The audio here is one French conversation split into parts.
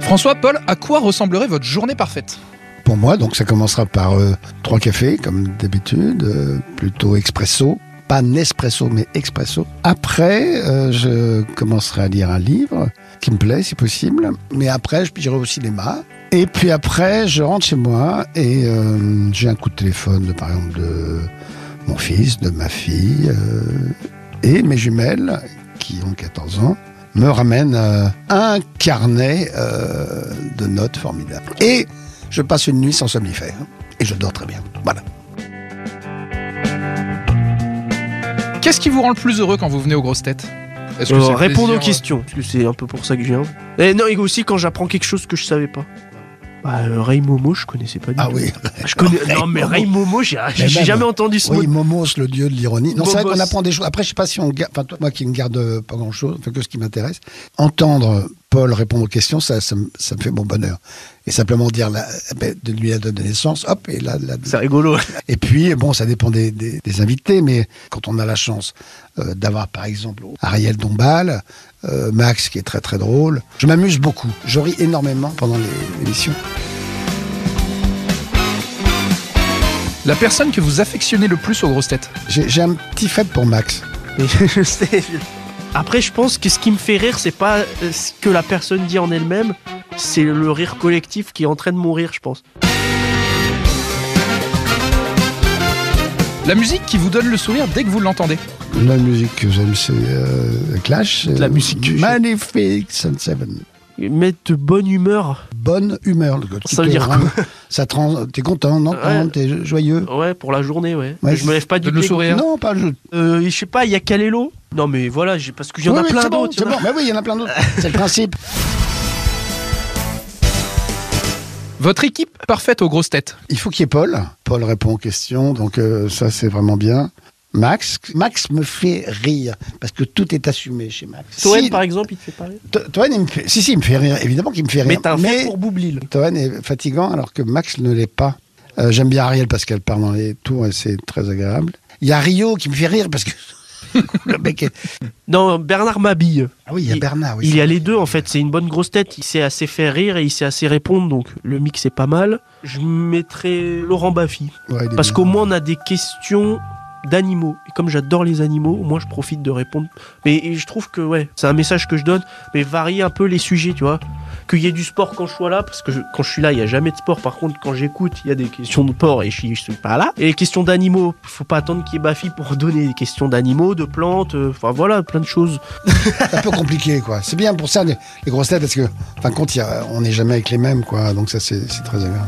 François, Paul, à quoi ressemblerait votre journée parfaite Pour moi, donc ça commencera par euh, trois cafés, comme d'habitude, euh, plutôt expresso. Pas Nespresso, mais expresso. Après, euh, je commencerai à lire un livre qui me plaît, si possible. Mais après, je pigerai au cinéma. Et puis après, je rentre chez moi et euh, j'ai un coup de téléphone, de, par exemple, de mon fils, de ma fille. euh, et mes jumelles, qui ont 14 ans, me ramènent euh, un carnet euh, de notes formidable. Et je passe une nuit sans somnifère. Et je dors très bien. Voilà. Qu'est-ce qui vous rend le plus heureux quand vous venez aux grosses têtes Est-ce Euh, c'est le répondre aux plaisir, questions, parce que c'est un peu pour ça que je viens. Et non, et aussi quand j'apprends quelque chose que je savais pas. Bah, euh, Ray Momo, je connaissais pas du Ah tout. oui. Je connais... Ray non, mais Momo. Ray Momo, j'ai j'ai même, jamais entendu ce Oui, mot. Momos, le dieu de l'ironie. Non, c'est vrai Momos. qu'on apprend des choses. Après, je sais pas si on garde. Enfin, toi, moi qui ne garde euh, pas grand-chose, enfin, que ce qui m'intéresse. Entendre Paul répondre aux questions, ça, ça, me- ça me fait mon bonheur. Et simplement dire la, ben, de lui la date de naissance, hop, et là, là- C'est rigolo. Et puis, bon, ça dépend des, des- des invités, mais quand on a la chance euh, d'avoir, par exemple, Ariel Dombal, euh, Max, qui est très très drôle, je m'amuse beaucoup. Je ris énormément pendant les- l'émission. euh, La personne que vous affectionnez le plus aux grosses têtes J'ai j'ai un petit faible pour Max. Mais je sais. Après, je pense que ce qui me fait rire, c'est pas euh, ce que la personne dit en elle-même, c'est le rire collectif qui est en train de mourir, je pense. La musique qui vous donne le sourire dès que vous l'entendez La musique que j'aime, c'est euh, Clash. La musique. Magnifique, Sun Seven. Mettre de bonne humeur, Bonne humeur. le- Ça veut dire quoi Ça te rend- T'es content, d'entendre, Ouais. t'es joyeux. ouais, pour la journée, ouais. Ouais, je me lève pas du Donne le pied. sourire Non, pas je. Euh, je sais pas, il y a Calello. Non, mais voilà, j'ai- parce qu'il y en Oui, a oui, plein c'est bon, d'autres. il y C'est en bon, a- mais oui, il y en a plein d'autres. C'est le principe. Votre équipe parfaite aux grosses têtes Il faut qu'il y ait Paul. Paul répond aux questions, donc euh, ça c'est vraiment bien. Max, Max me fait rire parce que tout est assumé chez Max. Toen, Si, par exemple, il te fait pas rire. To- Toen, il me fait, si si, il me fait rire. Évidemment qu'il me fait Mais rire. t'as un fait pour Boublil. Toen est fatigant alors que Max ne l'est pas. Euh, J'aime bien Ariel parce qu'elle parle dans les tours et c'est très agréable. Il y a Rio qui me fait rire parce que le mec est... Non, Bernard Mabille. Ah oui, il y a Il- Bernard. Oui, il y a les deux en fait, c'est une bonne grosse tête. Il sait assez faire rire et il sait assez répondre, donc le mix est pas mal. Je mettrai Laurent Baffy, Ouais, il est parce bien. qu'au moins on a des questions d'animaux. Et comme j'adore les animaux, au moins je profite de répondre. Mais et je trouve que ouais, c'est un message que je donne, mais varier un peu les sujets, tu vois. Qu'il y ait du sport quand je sois là, parce que je- quand je suis là, il n'y a jamais de sport. Par contre, quand j'écoute, il y a des questions de sport et je, je suis pas là. Et les questions d'animaux, faut pas attendre qu'il y ait Baffy pour donner des questions d'animaux, de plantes, euh, enfin voilà, plein de choses. C'est un peu compliqué, quoi. C'est bien pour ça les, les grosses têtes parce que, en fin de compte, il y a- on n'est jamais avec les mêmes, quoi. Donc ça, c'est c'est très agréable.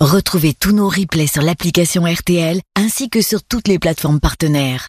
Retrouvez tous nos replays sur l'application RTL ainsi que sur toutes les plateformes partenaires.